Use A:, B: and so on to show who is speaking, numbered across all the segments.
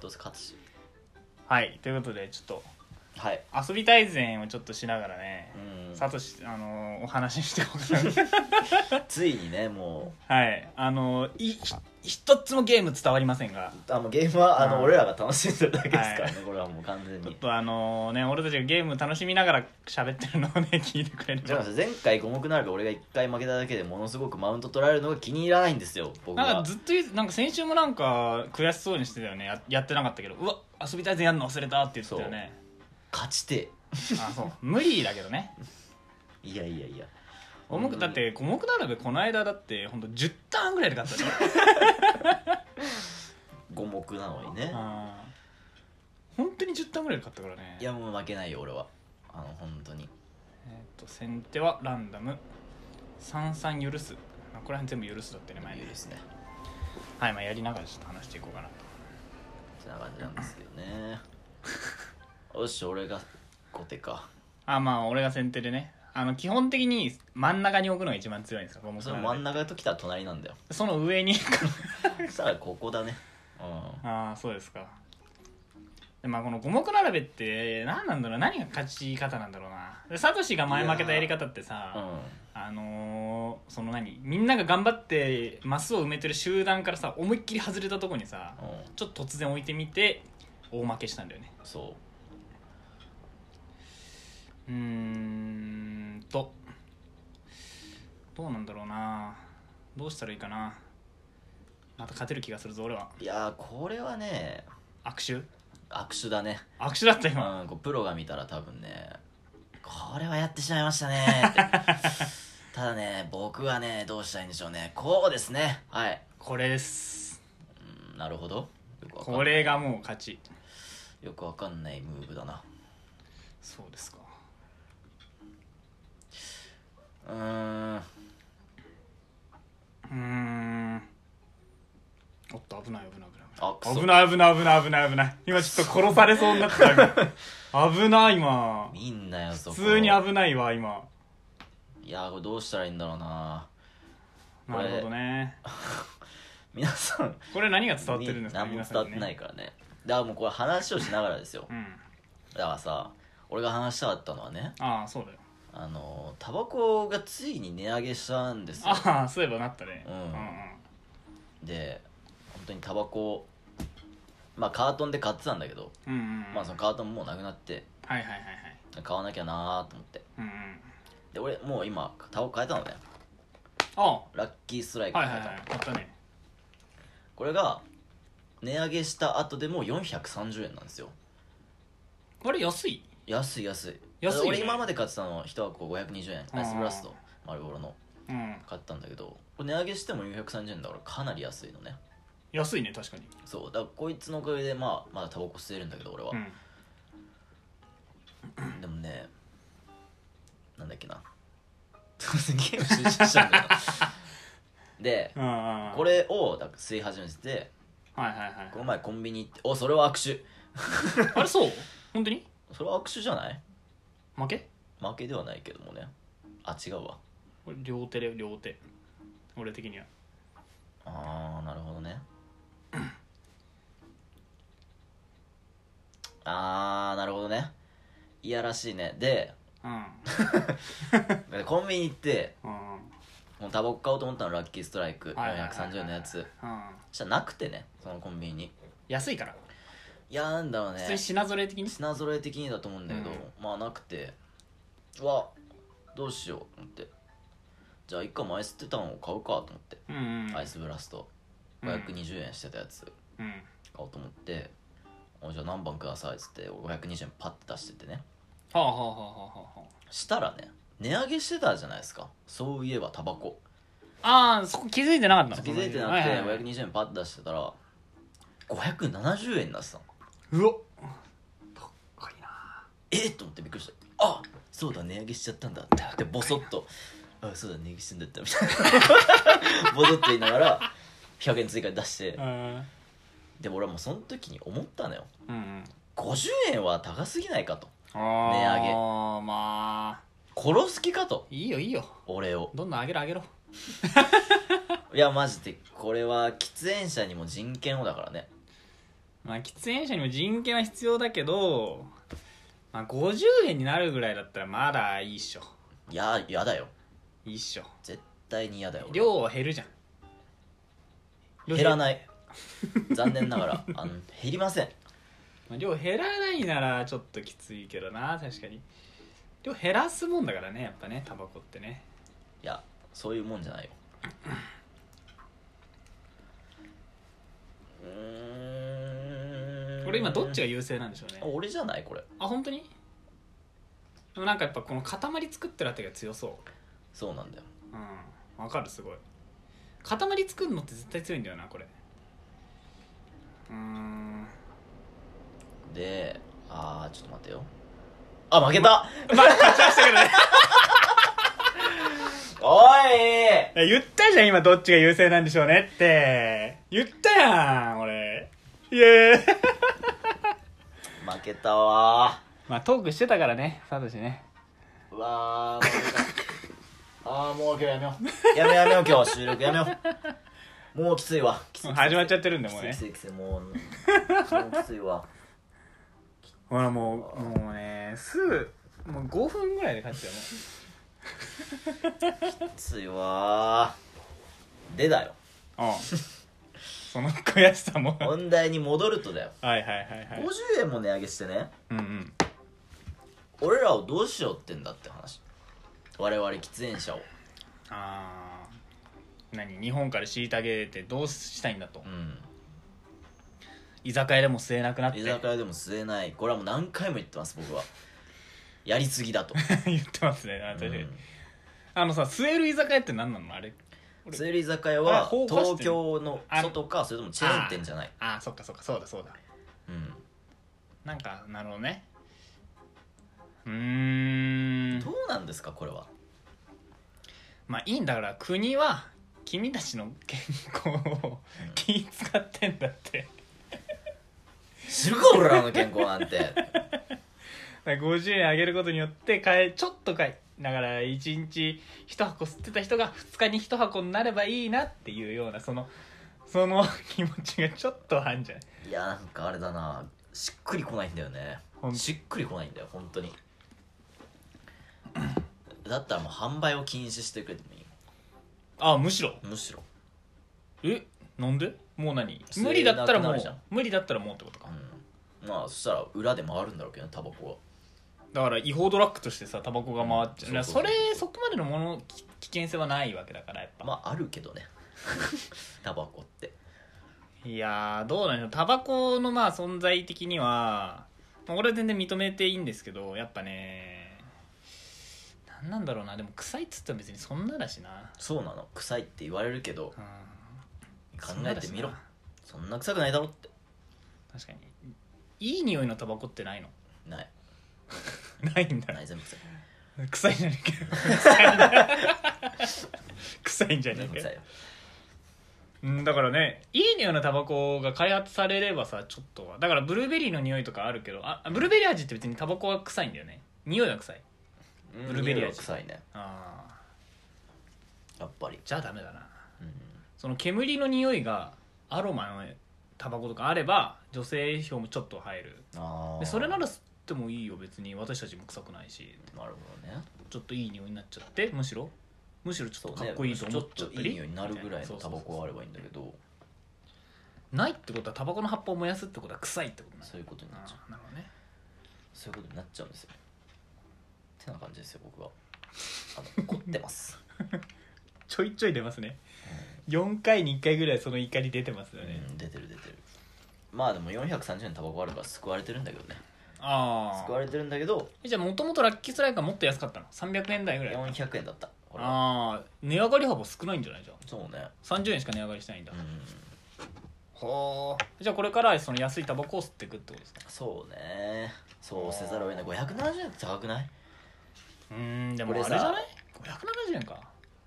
A: です勝つし
B: はいということでちょっ
A: はい
B: と遊び大全をちょっとしながらね
A: うん
B: サトシあのーお話ししておく か
A: ついにねも
B: なはいあのーいひ一つもゲーム伝わりませんが
A: うあもうゲームはあの、
B: うん
A: 俺らが楽しんでるだけですからね、
B: は
A: これはもう完全
B: ちょっ
A: に
B: とあのね俺たちがゲーム楽しみながら喋ってるのをね 聞いてくれる
A: じゃあ前回五目並べ俺が1回負けただけでものすごくマウント取られるのが気に入らないんですよ僕
B: なん
A: は
B: かずっと言うなんか先週もなんか悔しそうにしてたよねややってなかったけどうわ遊び大全やるの忘れたって言ってたよね
A: 勝ちて
B: あそう無理だけどね
A: えいやいやいや
B: 五目だって五目並べこの間だって本当十10ターンぐらいで勝ったじ ゃん
A: 五目なのにね
B: あー本当に10ターンぐらいで勝ったからね
A: いやもう負けないよ俺はあの本当に
B: えーっと先手はランダム三三許すまあこれ辺全部許すだってね前ね
A: いいですね
B: はいまあやりながらちょっと話していこうかなと
A: そんな感じなんですけどねよし俺が後手か
B: あまあ俺が先手でねあの基本的に真ん中に置くのが一番強いんですよ五目
A: その
B: 並
A: 真ん
B: べ
A: 中ときたら隣なんだ よ
B: その上に
A: そしたらここだねう
B: ああそうですかでまあこの五目並べって何なんだろう何が勝ち方なんだろうなでサトシが前負けたやり方ってさ、
A: んうん
B: あのーその何みんなが頑張ってマスを埋めてる集団からさ思いっきり外れたとこにさ
A: うん
B: ちょっと突然置いてみて大負けしたんだよね
A: そう
B: ーんとどうなんだろうなどうしたらいいかなまた勝てる気がするぞ俺は
A: ういやーこれはね
B: 握手
A: 握手だね
B: 握手だった今
A: うん、こうプロが見たら多分ねこれはやってしまいましたね ってただね僕はねどうしたらいいんでしょうねこうですねはい、
B: これです
A: うん、なるほどよくわかん
B: これがもう勝ち
A: よくわかんないムーブだな
B: そうですか
A: うーん
B: うーんおっと危ない危ない危ない
A: あくそ
B: 危ない危ない危ない危ない危ない今ちょっと殺されそうになった今危ない今
A: 見んなよそ
B: 普
A: こ
B: 通に危ないわ今
A: いやーこれどうしたらいいんだろうなこ
B: な
A: れ
B: るほどね
A: 皆さん
B: これ何が伝わってるんです
A: に何
B: か
A: も
B: 皆
A: 伝
B: さ
A: わ
B: ん
A: っ
B: に
A: て
B: ね
A: ないからねだからもうこれ話をしながらですよ
B: うん
A: だからさ俺が話したかったのはね
B: ああそうだよ
A: あのタバコがついに値上げしたんですよ
B: ああそういえばなったね
A: うん
B: うん
A: で本当にタバコをまあカートンで買ってたんだけど、
B: うんうんうん
A: まあそのカートンもうなくなって
B: はいはいはいはい
A: 買わなきゃなーと思って
B: うんうん
A: で俺もう今タバコ変えたのね
B: ああ
A: ラッキーストライク
B: は
A: 変
B: い
A: えた
B: は
A: の、
B: いはい買ったね
A: これが値上げした後でもう430円なんですよ
B: これ安い
A: 安い安い
B: 安いよね
A: 俺今まで買ってたの1箱520円ナイスブラス
B: う
A: ト
B: ん
A: 丸ボロの
B: うん
A: 買ったんだけどこれ値上げしても430円だからかなり安いのね
B: 安いね確かに
A: そうだからこいつのおかげでまあまだタバコ吸えるんだけど俺は、
B: うん
A: でもねなんだっけなゲーム集中しちゃうんだよな で
B: うんうん
A: これをだから吸い始めてて
B: はいはいはい
A: この前コンビニ行っておそれは握手
B: あれそう本当に
A: それは握手じゃない
B: 負け
A: 負けではないけどもねあ違うわ
B: これ両手で両手俺的には
A: あーなるほどねあーなるほどねいやらしいねで
B: うん
A: でコンビニ行って
B: うん
A: もうタバコ買おうと思ったのラッキーストライク
B: はいはいはいはい
A: 430円のやつ
B: うん
A: じゃなくてねそのコンビニに
B: 安いから
A: いやなんだろうね
B: 普通に品揃え的に
A: 品揃え的にだと思うんだけど、
B: うん
A: まあなくてうわどうしようと思ってじゃあ一回前吸ってたのを買うかと思って、
B: うんうん
A: アイスブラスト520円してたやつ買
B: うん
A: おうと思って、おじゃあ何番くださいっつって520円パッて出しててね
B: はあはあはあはあは
A: したらね値上げしてたじゃないですかそういえばタバコ
B: ああーそこ気づいてなかったの
A: 気づいてなく
B: はい
A: て
B: はいはい
A: 520円パッて出してたら570円になってたの
B: うわ高いな
A: えっと思ってびっくりしたあそうだ値上げしちゃったんだってでボソッとあそうだ値上げしてんだったみたいなボソッと言いながら100円追加で出して
B: うん
A: でも俺はもうその時に思ったのよ
B: うん
A: 50円は高すぎないかと
B: 値
A: 値上げ
B: まあ
A: 殺す気かと
B: いいよいいよ
A: 俺を
B: どんどん上げろ上げろ
A: いやマジでこれは喫煙者にも人権をだからね
B: まあ喫煙者にも人権は必要だけど、まあ、50円になるぐらいだったらまだいいっしょ
A: いややだよ
B: いいっしょ
A: 絶対に嫌だよ俺
B: 量は減るじゃん量
A: 減ら
B: い、
A: ない残念ながらあの減りません
B: まあ、量減らないならちょっときついけどな確かに量減らすもんだからねやっぱねタバコってね
A: いやそういうもんじゃないようーん
B: これ今どっちが優勢なんでしょうね
A: あ俺じゃないこれ
B: あ本当にでもなんかやっぱこの塊作ってるあたりが強そ
A: そうなんだよ
B: ううんわかるすごい塊作るのって絶対強いんだよなこれうーん
A: であーちょっと待ってよあ負けた
B: まあ勝ちましたけどね
A: おい
B: いや言ったじゃん今どっちが優勢なんでしょうねって言ったやん俺イエーイ
A: 負けたわ
B: まあトークしてたからねサトシね
A: ーうわー負けたああもう今日やめようやめやめよう 今日収録やめようもうきついわきつい
B: もう始まっちゃってるんでもうね
A: きついきついきついもうもうきついわ
B: ほらもうもうねすぐもう5分ぐらいで勝つよもう
A: きついわーでだよ
B: ああその悔しさもはい
A: 本題に戻るとだよ
B: はいはいはい
A: 50円も値上げしてね
B: うんうん
A: 俺らをどうしようってんだって話我々喫煙者を
B: あー何日本から虐げてどうしたいんだと
A: うん
B: 居酒屋でも吸えなくなって
A: 居酒屋でも吸えないこれはもう何回も言ってます僕はやりすぎだと、
B: 言ってますねあ確かに、
A: うん
B: あのさ吸える居酒屋って何なのあれ俺
A: ツール居酒屋
B: あ
A: は
B: 放火してる
A: 東京の外かそれともチェーン店じゃない
B: あーそっかそっかそうだそうだ
A: うん
B: なんかなるほどねうーん
A: どうなんですかこれは
B: まあいいんだから国は君たちの健康を気使ってんだって
A: 知るか俺らの健康なんて
B: だから50円上げることによって買えちょっと買いだから1日1箱吸ってた人が2日に1箱になればいいなっていうようなそのその 気持ちがちょっとあるんじゃない
A: いやなんかあれだなしっくりこないんだよね
B: ほん
A: しっくりこないんだよ本当にだったらもう販売を禁止してくれてもいい
B: あむしろ
A: むしろ
B: えなんでもう何
A: 吸えなくなる
B: 無理だったらもう
A: じゃん
B: 無理だったらもうってことか
A: うんまあそしたら裏で回るんだろうけどねタバコは
B: だから違法ドラッグとしてさタバコが回っちゃ
A: う
B: う,、
A: ん
B: だから
A: そ
B: そう
A: そう
B: れ
A: そう
B: そこまでのものき危険性はないわけだからやっぱ、
A: まああるけ どねタバコって
B: いやーどうなんでしょうタバコのまあ存在的にはまあ俺は全然認めていいんですけどやっぱねなんなんだろうなでも臭いっつったら別にそんなだしな
A: そうなの臭いって言われるけど
B: うん
A: 考えてみろそ
B: そんなだしな
A: んな臭くないだろって
B: 確かにいい匂いのタバコってないの
A: ない
B: ないんだ
A: ない全 部臭い
B: 臭いんじゃねえ か臭いんじゃね
A: 全部
B: えか
A: 臭いよ
B: うんだからねいい匂いのタバコが開発されればさちょっとはだからブルーベリーの匂いとかあるけどあブルーベリー味って別にタバコは臭いんだよね匂いは臭いブルーベリー味
A: 匂いは臭いね
B: ああ
A: やっぱり、
B: じゃあダメだな
A: うん、
B: その煙の匂いがアロマのタバコとかあれば女性票もちょっと入る
A: あ
B: でそれな
A: ら
B: ら吸ってもいいよ別に私たちも臭くないし
A: なるほどね
B: ちょっといい匂いになっちゃってむしろむしろちょっとかっこいいと
A: ち
B: 思
A: ょ
B: っ
A: っ
B: ちゃっ
A: と
B: たり
A: いい匂いになるぐらいのタバコがあ
B: る
A: ればいいんだけど
B: ないってことはタバコの葉っぱを燃やすってことは臭いってことなんだ
A: そういうことになっちゃう
B: あーなるほどね
A: そういうことになっちゃうんですよてな感じですよ僕はあの怒ってます
B: ちょいちょい出ますね4回に1回ぐらいその怒り出てます
A: う
B: よね、
A: ん出てる出てるまあでも430円タバコあるから救われてるんだけどね
B: あ
A: 救わ
B: あ
A: れてるんだけど
B: じゃあもともとラッキーストライカーもっと安かったの300円台ぐらい
A: 400円だったほら
B: ああ値上がり幅少ないんじゃないじゃん
A: そうね
B: 30円しか値上がりしてないんだ、
A: うん
B: はあじゃあこれからその安いタバコを吸っていくってことですか
A: そうねそうせざるを得ない570円って高くない
B: うんで
A: も
B: もあ
A: あ
B: れじ
A: れじゃ
B: ゃ
A: な
B: ない570円か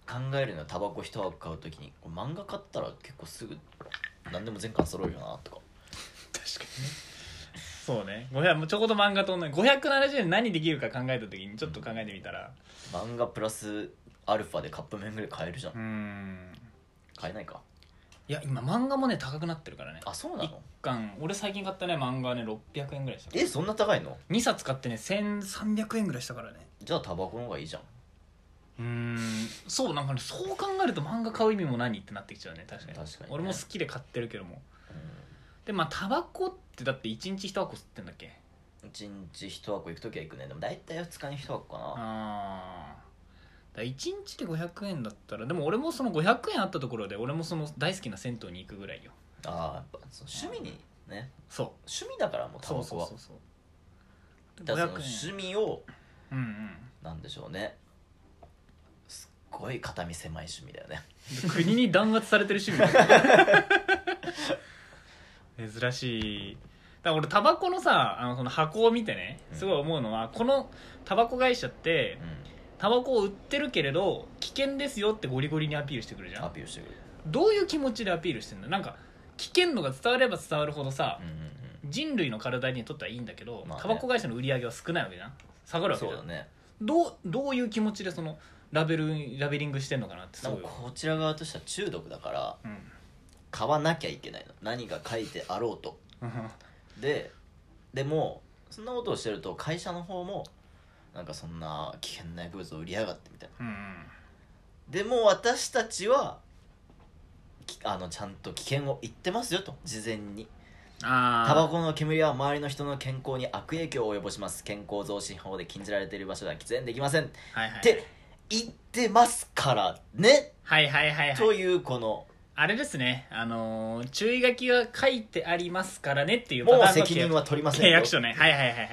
A: 考えるのはタバコ一箱買うときにこれ漫画買ったら結構すぐ何でも全巻揃うよなとか
B: 確かにねそうね500もうちょうど漫画と同じ570円何できるか考えた時にちょっと考えてみたら
A: 漫画プラスアルファでカップ麺ぐらい買えるじゃん
B: うん
A: 買えないか
B: いや今漫画もね高くなってるからね
A: あそうな
B: 一
A: の
B: 巻俺最近買ったね漫画はね600円ぐらいした
A: えそんな高いの
B: 2冊買ってね1300円ぐらいしたからね
A: じゃあタバコの方がいいじゃん
B: うーんそうなんかねそう考えると漫画買う意味も何ってなってきちゃうね確かに
A: 確かにね
B: 俺も好きで買ってるけども
A: う
B: でまあタバコってだって1日1箱吸ってんだっけ
A: ん1日1箱行く時は行くねでも大体2日に1箱かな
B: ああ1日で500円だったらでも俺もその500円あったところで俺もその大好きな銭湯に行くぐらいよ
A: ああやっぱその趣味にね
B: そ
A: 趣味だからもう
B: う
A: タバコは
B: そうそうそう
A: だから
B: 500
A: そ
B: 円
A: の趣味を
B: うんうん
A: なんでしょうねすっごい肩身狭い趣味だよね
B: 国に弾圧されてる趣味 だよ珍しいだから俺タバコのさあのその箱を見てねすごい思うのは、このタバコ会社ってタバコを売ってるけれど危険ですよってゴリゴリにアピールしてくるじ
A: う
B: ゃ
A: ん
B: ん
A: アピールしてくる
B: どういう気持ちでアピールしてんのなんか危険度が伝われば伝わるほどさ
A: うん、うん
B: 人類の体にとってはいいんだけど、
A: まあね
B: タバコ会社の売り上げは少ないわけじゃん下がる
A: うん
B: わ
A: そ
B: けじ
A: う
B: ゃん
A: だね
B: どうどういう気持ちでそのラベルラベリングしてんのかなってす
A: で
B: ご
A: も
B: いわ
A: こちら側としては中毒だから
B: うん
A: 買わなきゃいけないの何が書いてあろうとででもそんなことをしてると会社の方もなんかそんな危険な薬物を売りやがってみたいな
B: うんうん
A: でも私たちはきあのちゃんと危険を言ってますよと事前に
B: ああ
A: タバコの煙は周りの人の健康に悪影響を及ぼします健康増進法で禁じられている場所では喫煙できませんっ
B: はいはい
A: て言ってますからね
B: はいはいはいはい
A: というこの
B: あれですねあのー注意書きが書いてありますからねっていう
A: もう
B: パターンの
A: 責任は取りません
B: 契
A: よ
B: 約書ねはいはいはいはい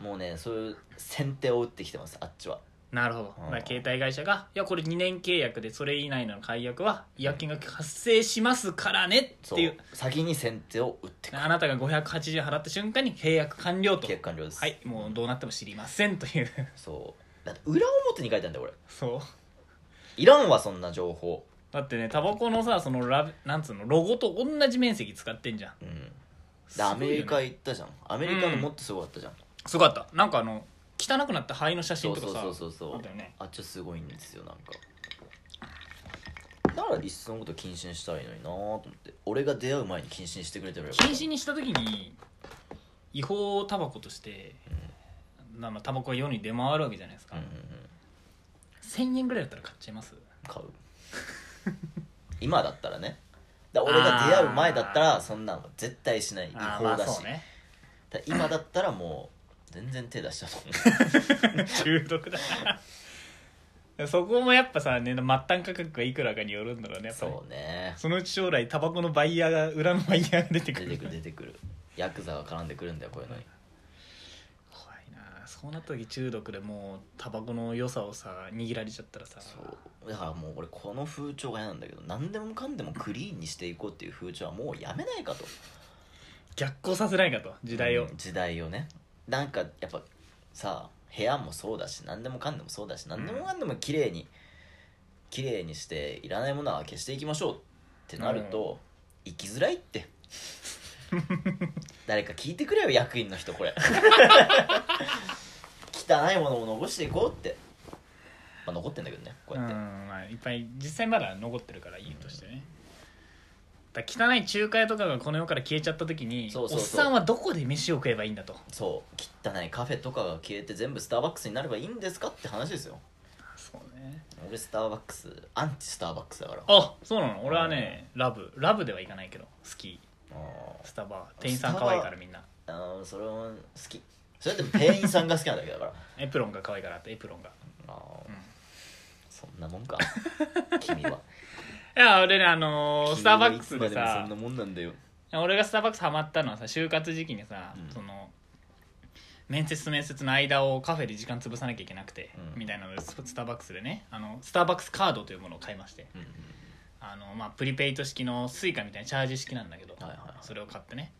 A: もうねそういう先手を打ってきてますあっちは
B: なるほど
A: うん
B: だから携帯会社がいやこれ2年契約でそれ以内の解約は違約金が発生しますからねっ
A: そ
B: ていう
A: う先に先手を打ってくる
B: あなたが580円払った瞬間に契約完了と
A: 契約完了です
B: はいもうどうなっても知りませんという
A: そうだって裏表に書いたんだよ俺
B: そう
A: いらんわそんな情報
B: だってねタバコのさそのラなんつうのロゴと同じ面積使ってんじゃ
A: う
B: ん
A: ん
B: す
A: で
B: ごい
A: ア
B: よね
A: メリカ行ったじゃんアメリカのもっとすごかったじゃん、
B: すごかったなんかあの汚くなった灰の写
A: そう
B: 真とか
A: そう
B: さ
A: そうそうそう
B: あったよね
A: あっちはすごいんですよなんかだからいっそのこと謹慎したらいいのになーと思って俺が出会う前に謹慎してくれてるよ
B: 禁止にした時に違法タバコとして、なまあ、タバコが世に出回るわけじゃないですか、
A: うんうんうん
B: 1000円ぐらいだったら買っちゃいます
A: 買う今だったらねだから俺が出会う前だったらそんなの絶対しない違
B: あー
A: 法だし、
B: そうね
A: だから今だったらもう全然手出しちゃうと思う
B: 中毒だなそこもやっぱさ、ね、末端価格がいくらかによるんだろうねやっぱり
A: そうね
B: そのうち将来タバコのバイヤーが裏のバイヤーが出てく
A: 出
B: る
A: てくる出てくるヤクザが絡んでくるんだよこういうのに
B: 怖いなそうなった時中毒でもうタバコの良さをさ握られちゃったらさ
A: そうだからもう俺この風潮が嫌なんだけど何でもかんでもクリーンにしていこうっていう風潮はもうやめないかと
B: 逆行させないかと時代を、
A: うん時代をねなんかやっぱさ部屋もそうだし何でもかんでもそうだし何でもかんでも綺麗に綺麗にしていらないものは消していきましょうってなると、生きづらいって 誰か聞いてくれよ役員の人これ汚いものも残していこうって、まあ、残ってんだけどねこ
B: う
A: うんやって、
B: まあ、いっぱい実際まだ残ってるからいいとしてね、だから汚い仲介とかがこの世から消えちゃった時に
A: そうそうそう
B: おっさんはどこで飯を食えばいいんだと
A: そう汚いカフェとかが消えて全部スターバックスになればいいんですかって話ですよ
B: そうね
A: 俺スターバックスアンチスターバックスだから
B: あそうなの俺はねラブラブではいかないけど好き
A: うん
B: スタバ店員さん可愛いからみんな
A: あのそれも好きそれって店員さんが好きなだけだ から
B: エプロンが可愛いからってエプロンが
A: あー
B: うん
A: そんなもんか君 はい
B: や俺ねあのースターバックスで
A: 君はい
B: さ
A: つまもそんなもんなんだよ
B: 俺がスターバックスハマったのはさ就活時期にさ、
A: うん
B: その面接と面接の間をカフェで時間潰さなきゃいけなくて、
A: うん
B: みたいなのでススターバックスでねあのスターバックスカードというものを買いまして
A: うんうん
B: あの、まあ、プリペイト式のスイカみたいなチャージ式なんだけど、
A: はいはいはい
B: それを買ってね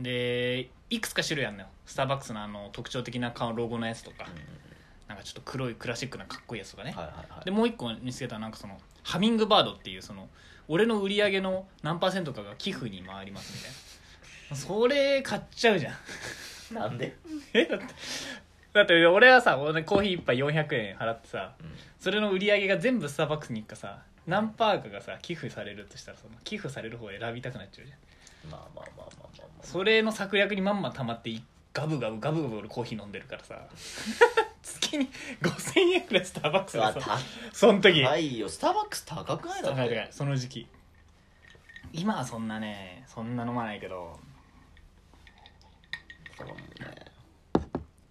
B: でいくつか種類あるのよスターバックスのあの特徴的な顔ロゴのやつとか、なんかちょっと黒いクラシックなかっこいいやつとかね、
A: はいはいはい
B: でもう一個見つけたなんかそのハミングバードっていうその俺の売り上げの何パーセントかが寄付に回りますみたいなそれ買っちゃうじゃん
A: なんで、
B: えだってだって俺はさ俺コーヒー一杯400円払ってさ
A: うん
B: それの売り上げが全部スターバックスに行くかさ何パーかがさ寄付されるとしたらその寄付される方を選びたくなっちゃうじゃん
A: まあまあまあまあまあまあ
B: それの策略にまんま溜まっていガブガブガブガブ俺コーヒー飲んでるからさ 月に5000円くらいスターバックス
A: うわ
B: で
A: 高
B: さその時
A: いよスターバックス高くないだ
B: 高
A: っ
B: い
A: て
B: 高いその時期今はそんなねそんな飲まないけど
A: そうだもんね
B: だか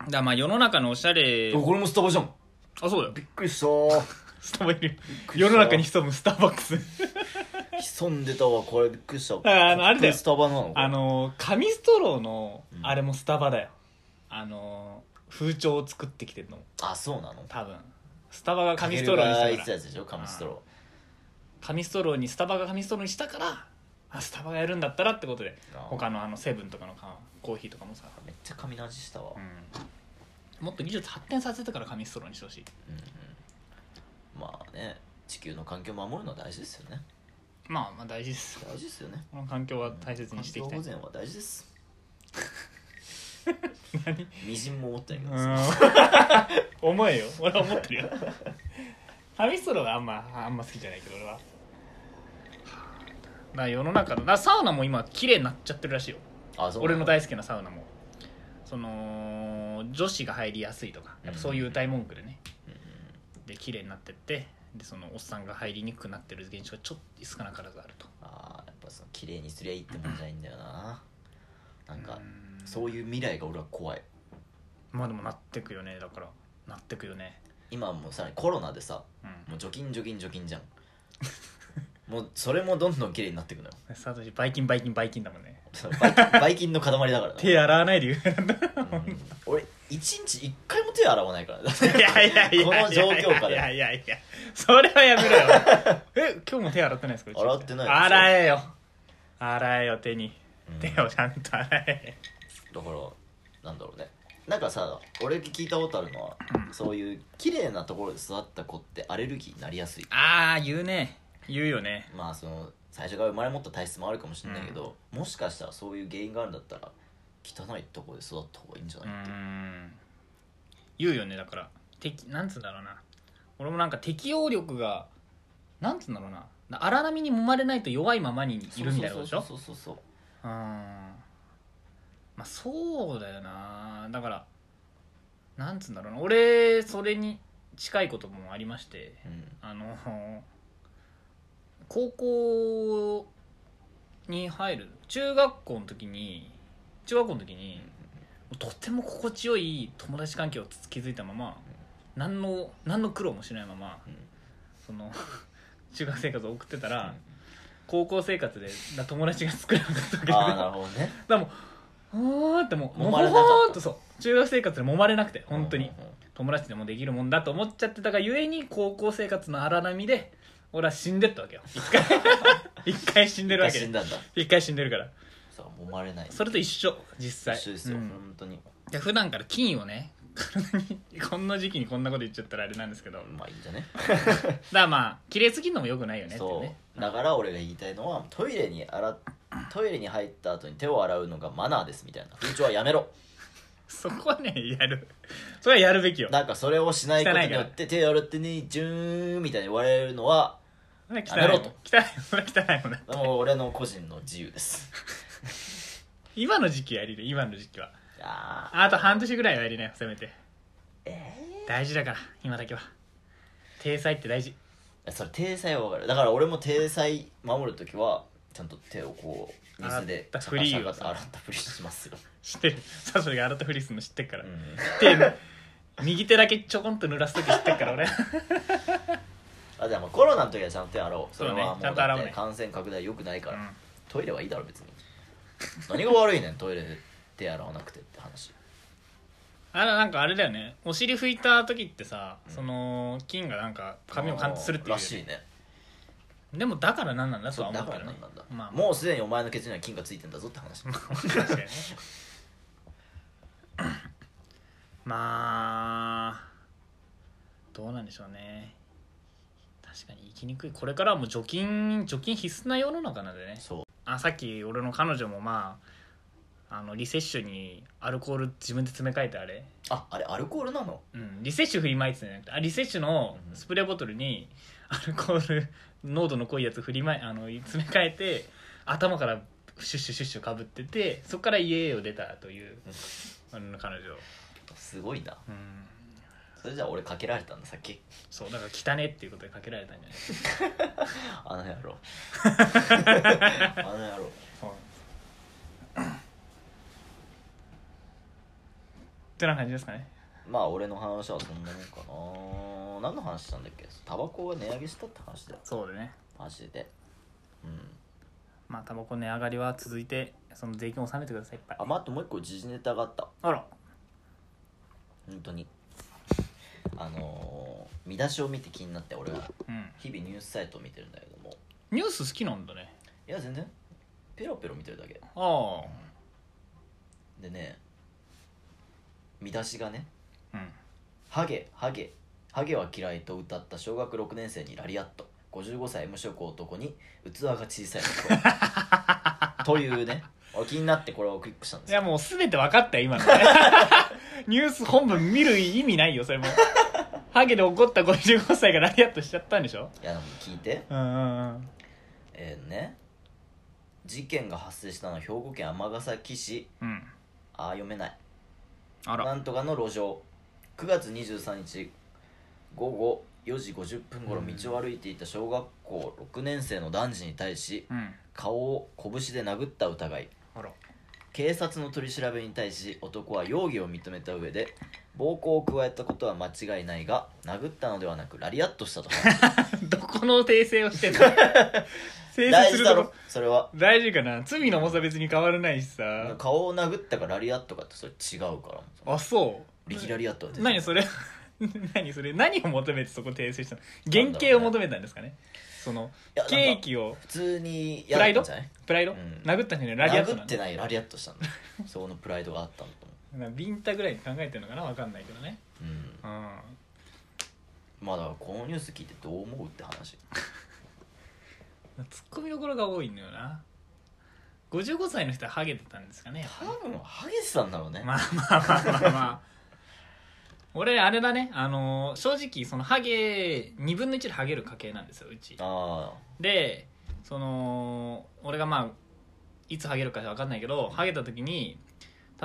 B: らまあ世の中のおしゃれ
A: おこれもスタバじゃん
B: あそうだよ
A: びっくりしたー
B: スタバい るよ
A: くりし
B: 世
A: た
B: の中に潜むスターバックス
A: 潜んでたわこれびっくりした
B: ああのあれだよ
A: スタバなの
B: あの紙ストローの
A: うん
B: あれもスタバだよあの風潮を作ってきてるの
A: あそうなの
B: 多分スタバが紙ストローに
A: かけるがいつ
B: したから
A: やつでしょ紙ストロ
B: 紙ストローにスタバが紙ストローにしたからあスタバがやるんだったらってことで
A: ー
B: 他のあのセブンとかの缶コーヒーとかもさ、
A: めっちゃ紙の味したわ、うん
B: うん、もっと技術発展させてから紙ストローにしてほしい
A: うん、まあね地球の環境を守るのは大事ですよね
B: まあまあ大事です
A: 大事ですよね
B: この環境は大切にしていきたい
A: 環境保全は大事です
B: 何
A: みじんも思ってないけど
B: うん重いよ俺は思ってるよ紙ストローがあんまあんま好きじゃないけど俺はな世の中のなサウナも今綺麗になっちゃってるらしいよ
A: あそう
B: 俺の大好きなサウナもその女子が入りやすいとかやっぱそういう歌い文句でね、
A: うんうん
B: で綺麗になってってでそのおっさんが入りにくくなってる現象がちょっと少なからずあると
A: あーやっぱその綺麗にすりゃいいってもんじゃないんだよななんか
B: うん
A: そういう未来が俺は怖い
B: まあでもなってくよねだからなってくよね
A: 今はもうさらにコロナでさ
B: うん
A: もう除菌除菌除菌じゃん もうそれもどんどん綺麗になっていくのよ
B: サトシバイキンバイキンバイキンだもんね
A: そのバイキン バイキンの塊だからね、
B: 手洗わないで言う
A: うん 俺一日一回も手洗わない からね
B: いやいやいや
A: この状況下
B: い
A: で
B: やいやいやそれはや めろよえ今日も手洗ってないですかうち
A: 洗ってないですよ
B: 洗えよ洗えよ手に
A: うん
B: 手をちゃんと洗え
A: だからなんだろうねなんかさ俺聞いたことあるのは、
B: うん
A: そういう綺麗なところで育った子ってアレルギーになりやすい
B: ああ言うね言うよね
A: まあその最初から生まれ持った体質もあるかもしれないけど、もしかしたらそういう原因があるんだったら汚いところで育った方がいいんじゃ
B: う
A: ない、
B: ーん言うよねだから適なんつうんだろうな俺もなんか適応力がなんつうんだろうな荒波に揉まれないと弱いままにいるみたいなことでしょ
A: そうそうそうそう
B: うーんまあそうだよなだからなんつうんだろうな俺それに近いこともありまして
A: そううん
B: あの高校に入る中学校の時に中学校の時にとても心地よい友達関係を築いたまま何の何の苦労もしないまま
A: うん
B: その中学生活を送ってたら高校生活でな友達が作らなかったわけだ
A: ああ
B: か
A: なるほどね
B: らもうあーってもう
A: 揉まれなかった
B: もうほーんとそう中学生活で揉まれなくて 本当に、
A: うんうんうん
B: 友達でもできるもんだと思っちゃってたがゆえに高校生活の荒波で俺は死んでったわけよ一 回一回死んでるわけ
A: 死ん
B: で
A: だんだ
B: 一回死んでるから
A: そう揉まれない
B: それと一緒実際
A: 一緒ですよ、
B: うん
A: 本当に
B: で普段から菌をね体にこんな時期にこんなこと言っちゃったらあれなんですけどだか
A: まあいいんじゃね
B: らまあ綺麗すぎるのもよくないよねって
A: そう
B: ね
A: だから俺が言いたいのはトイレに洗っトイレに入った後に手を洗うのがマナーですみたいな風潮はやめろ
B: そこはねやるそれはやるべきよ
A: なんかそれをしないことによって手洗ってねジューンみたいに言われるのは
B: 汚い
A: やめ
B: も
A: ろ
B: ん
A: と
B: 汚いそれは汚いもんね
A: もう俺の個人の自由です
B: 今の時期やりで今の時期は
A: あ
B: あと半年ぐらいはやりなよせめて
A: え
B: 大事だから今だけは体裁って大事
A: ー、それ体裁は分かるだから俺も体裁守る時はちゃんと手をこう水で
B: 洗ったふりを
A: シャカシャカと洗ったふりしますよ、
B: 知ってるサソリが洗ったふりするの知ってっから、
A: うん
B: 手右手だけちょこんと濡らす時知ってっから俺
A: あでもコロナの時はちゃんと手洗おうそれはも
B: そうね
A: う
B: ちゃんと洗
A: だ
B: おう
A: っ
B: ね
A: て感染拡大良くないから、
B: うん
A: トイレはいいだろ別に何が悪いねんトイレで手洗わなくてって話
B: あらなんかあれだよねお尻拭いた時ってさ、
A: うん
B: その菌がなんか髪を貫通するっていうよ
A: ら
B: ね、
A: しいね
B: でもだから何なんだとは
A: そう
B: 思
A: だ
B: うけ
A: か
B: ど
A: ら
B: ね
A: なんなんだ、
B: まあ、
A: もうすでにお前のケツには菌がついてんだぞって 話
B: 確かにね まあどうなんでしょうね確かに生きにくいこれからはもう除菌除菌必須な世の中なんでね
A: そう
B: あさっき俺の彼女もまああのリセッシュにアルコール自分で詰め替えてあれ、
A: ああれアルコールなの
B: うん、リセッシュ振りまいてたんじゃなくてあリセッシュの
A: うん
B: スプレーボトルにアルコール濃度の濃いやつ振りまいあの詰め替えて頭からシュッシュシュッシュかぶっててそこから家を出たというあの彼女、
A: すごいな
B: うん、
A: それじゃあ俺かけられたんださっき
B: そうだから汚ねっていうことでかけられたんじゃ
A: あの
B: ない
A: 野 郎あの野郎
B: ってな感じですかね
A: まあ俺の話はそんなもんかな何の話したんだっけタバコが値上げしたって話だよ
B: そうだね
A: マジでうん
B: まあタバコ値上がりは続いてその税金を納めてくださいいっぱい
A: あまああともう一個時事ネタがあった
B: あら
A: 本当にあのー見出しを見て気になって俺は
B: うん
A: 日々ニュースサイトを見てるんだけども
B: ニュース好きなんだね
A: いや全然ペロペロ見てるだけ
B: あ
A: でね見出しがね
B: あうん
A: 「ハゲハゲハゲは嫌い」と歌った小学6年生にラリアット55歳無職男に器が小さい男 というね俺気になってこれをクリックしたんで
B: い
A: すよ
B: やもう全て分かったよ今の ニュース本文見る意味ないよそれもハゲで怒った55歳がラリアットしちゃったんでしょ
A: いやでも聞いて
B: うんうんうん
A: えー、ね事件が発生したのは兵庫県尼崎市
B: うん
A: あー読めない
B: あら
A: なんとかの路上9月23日午後4時50分頃
B: うん
A: 道を歩いていた小学校6年生の男児に対し
B: うん
A: 顔を拳で殴った疑い
B: あら
A: 警察の取り調べに対し男は容疑を認めた上で暴行を加えたことは間違いないが殴ったのではなくラリアット したと
B: どこの訂正をしてんの訂正
A: 大 事
B: する
A: だ
B: と
A: ろ
B: こ
A: それは
B: 大事かな罪の重さ別に変わらないし さ
A: 顔を殴ったかラリアットかってそれ違うから
B: あそ
A: 力ラリアットは
B: う何それ 何それ何を求めてそこ訂正したの原型を求めたんですかねその
A: いやなんか
B: ケーキを
A: 普通にやったんじゃない
B: プライド、
A: うん
B: 殴ったんじゃないラリアット
A: 殴
B: な
A: ってないラリアットしたんだそのプ ライドがあったんだと思
B: のビンタぐらいに考えてるのかな分かんないけどね
A: ううん
B: うん
A: まあだからこのニュース聞いてどう思うって 話
B: ツッコミどころが多いんだよな55歳の人はハゲてたんですかねやっぱ
A: 多
B: り
A: 分ハゲてたんだろうね、
B: まあまあまあまあまあ俺あれだねあのー正直そのハゲ2分の1でハゲる家系なんですようち
A: あ
B: でその俺がまあいつハゲるか分かんないけどハゲた時に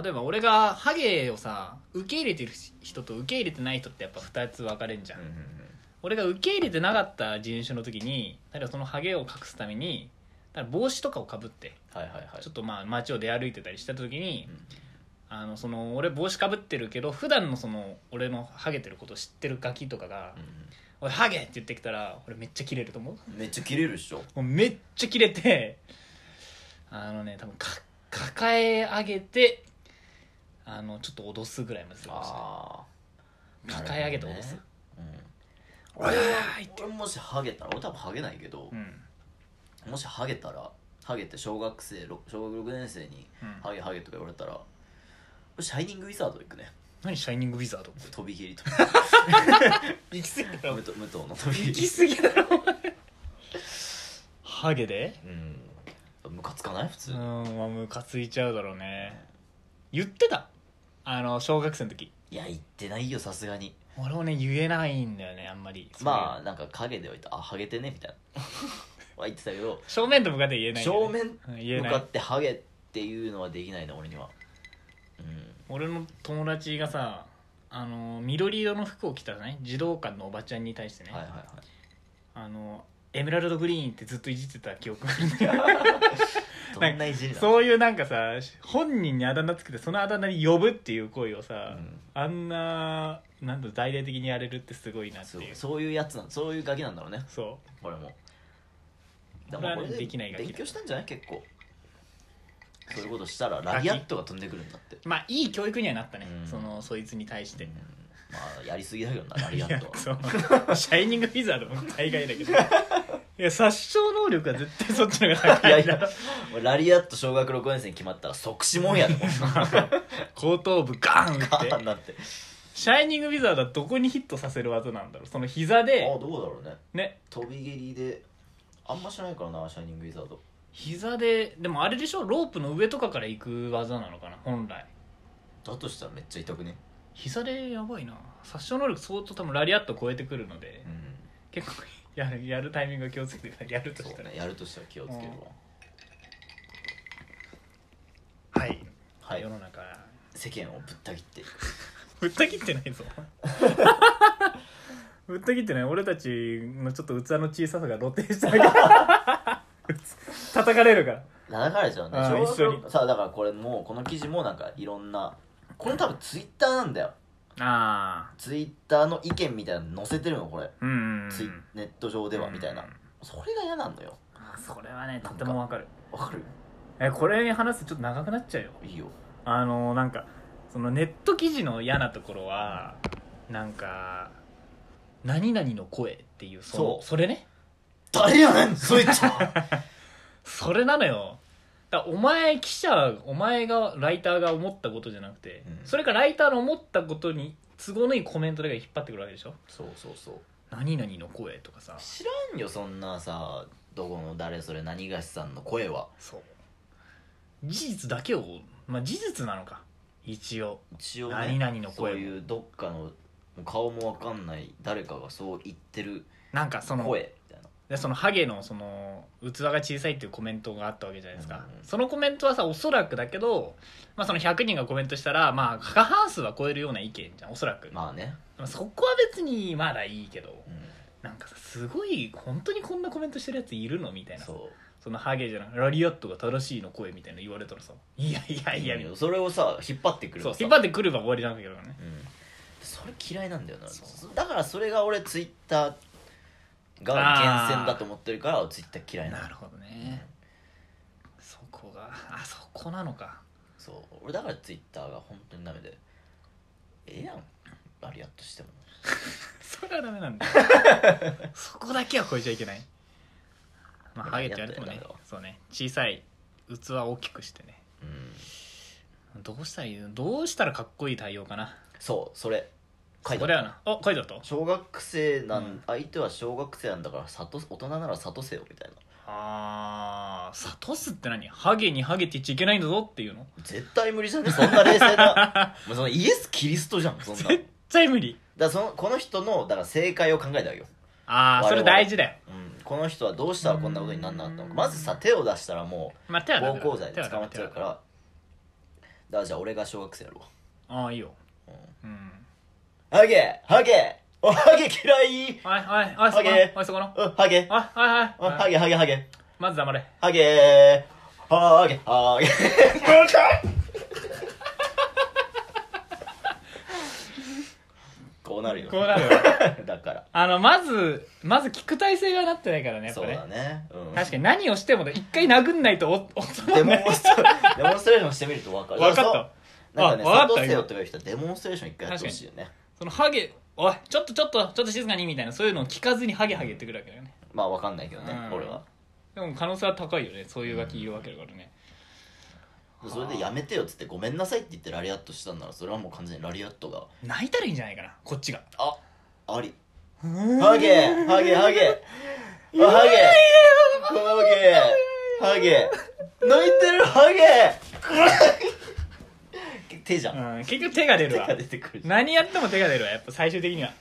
B: 例えば俺がハゲをさ受け入れてる人と受け入れてない人ってやっぱ2つ分かれんじゃ
A: あ
B: ん、
A: うんうんうん
B: 俺が受け入れてなかった人種の時に例えばそのハゲを隠すためにだから帽子とかをかぶって
A: はいはいはい
B: ちょっとまあ街を出歩いてたりした時に、
A: うん
B: あのその俺帽子かぶってるけど普段のその俺のハゲてることを知ってるガキとかが
A: うん
B: 「おいハゲ!」って言ってきたら俺めっちゃキレると思う
A: うんめっちゃ切れるっしょ
B: もうめっちゃキレてあのね多分か抱え上げてあのちょっと脅すぐらいまででするかもしれない
A: ああ
B: 抱え上げて脅す、
A: うん、俺は
B: おいって
A: 俺もしハゲたら俺多分ハゲないけど
B: う、ん
A: もしハゲたらハゲって小学生ろ小学6年生に
B: うん
A: ハゲハゲとか言われたら俺シャイニングウィザード行くね
B: 何シャイニングウィザード
A: 飛び切りと
B: 行き過ぎだ
A: 武藤武藤の飛び切
B: 行
A: り
B: き過ぎだろお前ハゲで
A: うんムカつかない普
B: う
A: 通、
B: んまあムカついちゃうだろうね言ってたあの小学生の時
A: いや言ってないよさすがに
B: 俺もね言えないんだよねあんまり
A: まあ
B: あ
A: なんか影ではいたあハゲてねみたい なは言ってたけど
B: 正面と向かって言えないんだよ
A: 正
B: ね、
A: 面
B: うん言え
A: 向
B: な
A: か
B: い
A: ってハゲっていうのはできないな俺にはうん
B: 俺の友達がさあの緑色の服を着たね児童館のおばちゃんに対してね、
A: はいはいはい
B: あのエメラルドグリーンってずっといじってた記憶があるんだよ
A: どんないじりだ
B: そういうなんかさ本人にあだ名つけてそのあだ名に呼ぶっていう行為をさ、
A: うん
B: あんななんだろう大々的にやれるってすごいなって
A: そう
B: いう
A: そういうやつなんそういうガキなんだろうね
B: そ
A: これも
B: これはね
A: まあで
B: できないガキだ
A: 勉強したんじゃない結構そういうことしたらラリアットが飛んでくるんだって
B: うまあいい教育にはなったね、
A: うん
B: そのそいつに対し
A: う
B: て
A: ん、まあやりすぎだけどな ラリアットは
B: そう シャイニングフィザードも大概だ けどいや殺傷能力は絶対そっちの方が
A: い
B: 高
A: や
B: い
A: い
B: な
A: や俺ラリアット小学6年生に決まったら即死もんやでもん
B: 後頭部ガーン
A: ガ
B: 打って
A: ーンなって
B: シャイニングウィザードはどこにヒットさせる技なんだろうその膝
A: あ
B: で
A: あどうだろうね
B: ね
A: 飛び蹴りであんましないからなシャイニングウィザード
B: 膝ででもあれでしょロープの上とかから行く技なのかな本来
A: だとしたらめっちゃ痛くね
B: 膝でやばいな殺傷能力相当多分ラリアット超えてくるので
A: うん
B: 結構やるやるタイミングは気をつけてくださいやると
A: そ
B: した
A: う
B: ら、
A: ねやるとしたら気をつけるわ
B: はい、
A: はい
B: 世の中
A: 世間をぶった切って
B: ぶった切ってないぞ ぶった切ってない俺たちのちょっと器の小ささが露呈しただ け叩かれるから
A: 叩かれちゃうんでし
B: あ
A: ょ
B: ー一緒に
A: さあだからこれもうこの記事もなんかいろんなこれ多分ツイッターなんだよ
B: ああ
A: ツイッターの意見みたいなの載せてるのこれ、
B: うん
A: ツイネット上ではみたいな、それが嫌なんだよ
B: あそれはね
A: な
B: と
A: んか
B: てもわかる
A: わかる
B: えこれ話すとちょっと長くなっちゃうよ
A: いいよ
B: あのなんかそのネット記事の嫌なところはなんか「何々の声」っていうその
A: そう
B: それね
A: 誰やねんそいつ
B: それなのよだからお前記者お前がライターが思ったことじゃなくて、
A: うん
B: それかライターの思ったことに都合のいいコメントだけ引っ張ってくるわけでしょ
A: そうそうそう
B: 「何々の声」とかさ
A: 知らんよそんなさどこの誰それ何がしさんの声は
B: そう事実だけをまあ事実なのか一応
A: 一応、ね、
B: 何々の
A: そ
B: 声
A: ういうどっかの顔もわかんない誰かがそう言ってる
B: なんかその
A: 声みたいな
B: でそのハゲのその器が小さいっていうコメントがあったわけじゃないですか、
A: うん
B: そのコメントはさおそらくだけど、まあ、その100人がコメントしたらまあ過半数は超えるような意見じゃんおそらく、ま
A: まあね、
B: あ、そこは別にまだいいけど
A: うん、
B: なんかさすごい本当にこんなコメントしてるやついるのみたいなそ
A: そう
B: のハゲじゃなくラリアットが正しいの声みたいな言われたらさいやいやいやみたいな
A: それをさ引っ張ってくる
B: そう
A: さ
B: 引っ張ってくれば終わりなんだけどね
A: うん、それ嫌いなんだよな
B: そ
A: だからそれが俺ツイッターが厳選だと思ってるからツイッター嫌いなの
B: なるほどねそこがあそこなのか
A: そう俺だからツイッターが本当にダメでええやんラリアットしても
B: それはダメなんだよ そこだけは超えちゃいけないまあハゲって言われても
A: や
B: ね
A: っとやだわ
B: そうね小さい器を大きくしてね
A: うん
B: どうしたらいいのどうしたらかっこいい対応かな
A: そうそれ書いて
B: そ
A: あ
B: れ
A: る
B: やなあ書いてあった
A: 小学生なん、
B: うん
A: 相手は小学生なんだから諭す大人なら諭せよみたいな
B: あーサトスって何ハゲにハゲって言っちゃいけないんだぞっていうの
A: 絶対無理じゃねそんな冷静なもうそのイエス・キリストじゃんそんなだか
B: 絶対無理
A: らそのこの人のだから正解を考えてあげよう
B: ああそれ大事だよ
A: うん、この人はどうしたらこんなことになんなかったのかまずさ手を出したらも
B: まあ手
A: う
B: はダメ
A: 暴行
B: だ
A: 罪で
B: 手は
A: 捕
B: ダ
A: ま
B: メ
A: っちゃうか
B: 手は
A: らだからじゃあ俺が小学生やろ
B: ダメああいいよ
A: う、うん
B: うん
A: ハゲハゲおハゲ嫌い
B: おいおいおいそ
A: ハ
B: この
A: ゲ
B: おいそこの
A: おハゲ
B: おいおいおい
A: おハゲハゲハゲ
B: まず黙 れ
A: ハゲハゲハゲ こうなるよ
B: こうなるよ
A: だから
B: あのまずまず聞く体制がなってないからねやっぱ
A: そう
B: ね
A: だね、うん、
B: 確かに何をしてもね一回殴んないとおお収ま
A: デ
B: んない
A: モンス トデモンストレーションしてみると分かる
B: 分か
A: そ
B: っ
A: う
B: た
A: なんかね、
B: あわかった
A: 佐藤よとかいう人はデモンストレーション一回やってほしいよね。
B: そのハゲおいちょっとちょっとちょっと静かにみたいなそういうのを聞かずにハゲハゲ言ってくるわけだよね
A: まあわかんないけどね、
B: うん
A: 俺は。
B: でも可能性は高いよねそういうガキいるわけだからね
A: それでやめてよっつって、ごめんなさいって言ってラリアットしたんなら、それはもう完全にラリアットが、
B: 泣いたらいいんじゃないかなこっちが
A: ああり。ハゲハゲハゲあハゲハゲハゲ泣いてるハゲ手じゃん。
B: うん結局手が出
A: 手
B: るわ
A: が出てくるじゃん。
B: 何やっても手が出るわやっぱ最終的には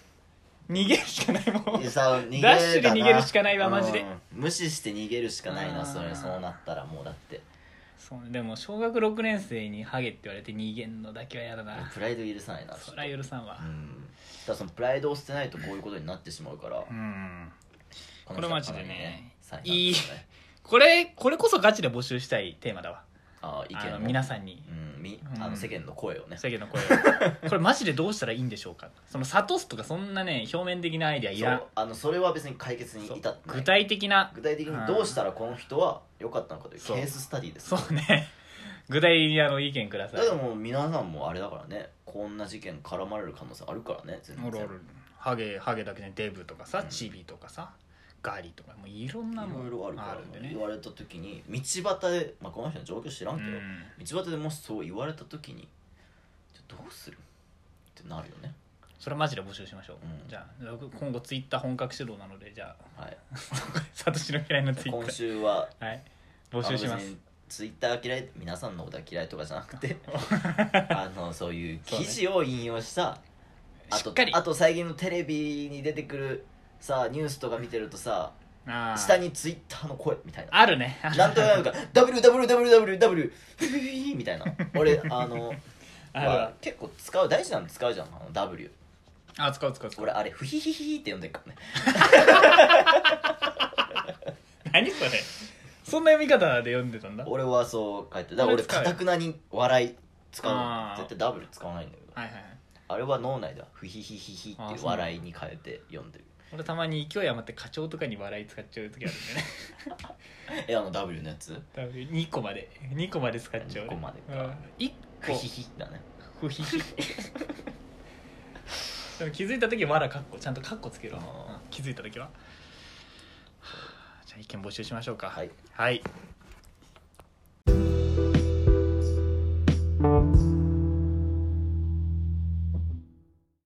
B: 逃げるしかないもん
A: さ逃げ
B: ダッシュで
A: だな
B: 逃げるしかないわマジで
A: うん無視して逃げるしかないなそれ
B: うん
A: そうなったらもうだって
B: そうねでも小学6年生にハゲって言われて逃げんのだけはやだな
A: プライド許さないな
B: そ
A: ちょっと
B: りゃ許さんわ
A: うんだからそのプライドを捨てないとこういうことになってしまうから、
B: う
A: の
B: ん
A: 人は
B: これマジでね
A: かなり才能だ
B: いいこれこれこそガチで募集したいテーマだわ
A: あー意
B: あ
A: 見
B: の
A: を
B: 皆さんに
A: うんみ
B: うん
A: あの世間の声をね、
B: 世間の 声をこれマジでどうしたらいいんでしょうかその諭すとかそんなね表面的なアイディアい
A: そ
B: ら
A: うんあのそれは別に解決に
B: そう
A: 至ってない
B: 具体的な
A: 具体的にどうしたらこの人は良かったのかというケ
B: そう
A: ーススタディです
B: そうね具体的なの意見ください
A: だけどもう皆さんもあれだからねこんな事件絡まれる可能性あるからね全
B: おるお
A: 然
B: るハゲハゲだけじゃないデブとかさ、
A: うん
B: チビとかさガリとかもういろんなも
A: いろいろある
B: ん
A: から
B: あるんでね
A: 言われた時に道端で、まあ、この人の状況知らんけど、
B: うん
A: 道端でもしそう言われた時にじゃあどうするってなるよね
B: それマジで募集しましょう、
A: うん
B: じゃあ今後ツイッター本格指導なのでじゃあ
A: はい
B: サトシの嫌いなツイッタ
A: 今
B: ー
A: 週は
B: はい募集しま
A: あの別
B: す
A: にツイッター嫌い皆さんのことは嫌いとかじゃなく てあのそういう記事を引用した、あ
B: し
A: と
B: っかり
A: あと最近のテレビに出てくるさニュースとか見てるとさ
B: あー
A: 下にツイッターの声みたいな
B: あるね
A: なんとなく WWWWW みたい な俺あの
B: あるわ
A: は結構使う大事なの使うじゃんあの W
B: あ使う使う使う
A: 俺あれフヒヒヒヒって呼んでるからね
B: 何それそんな読み方で読んでたんだはい
A: 俺はそう書いてだから
B: 俺
A: 俺
B: 使う
A: か
B: よ
A: たくなに笑い使うの
B: あー
A: 絶対 W 使わないんだけど
B: はいはい
A: あれは脳内ではフヒヒヒヒっていう笑いに変えて読んでる
B: 俺たまに勢い余って課長とかに笑い使っちゃう時あるんだよね
A: えあの W のやつ
B: 多分2個まで2個まで使っちゃう
A: 2個までか
B: 1
A: フ
B: 個
A: ヒヒだね
B: ふ ひひでも気づいた時はわらかっこちゃんとかっこつけろ、
A: あー
B: うん気づいた時ははあじゃあ意見募集しましょうか
A: はい、
B: はい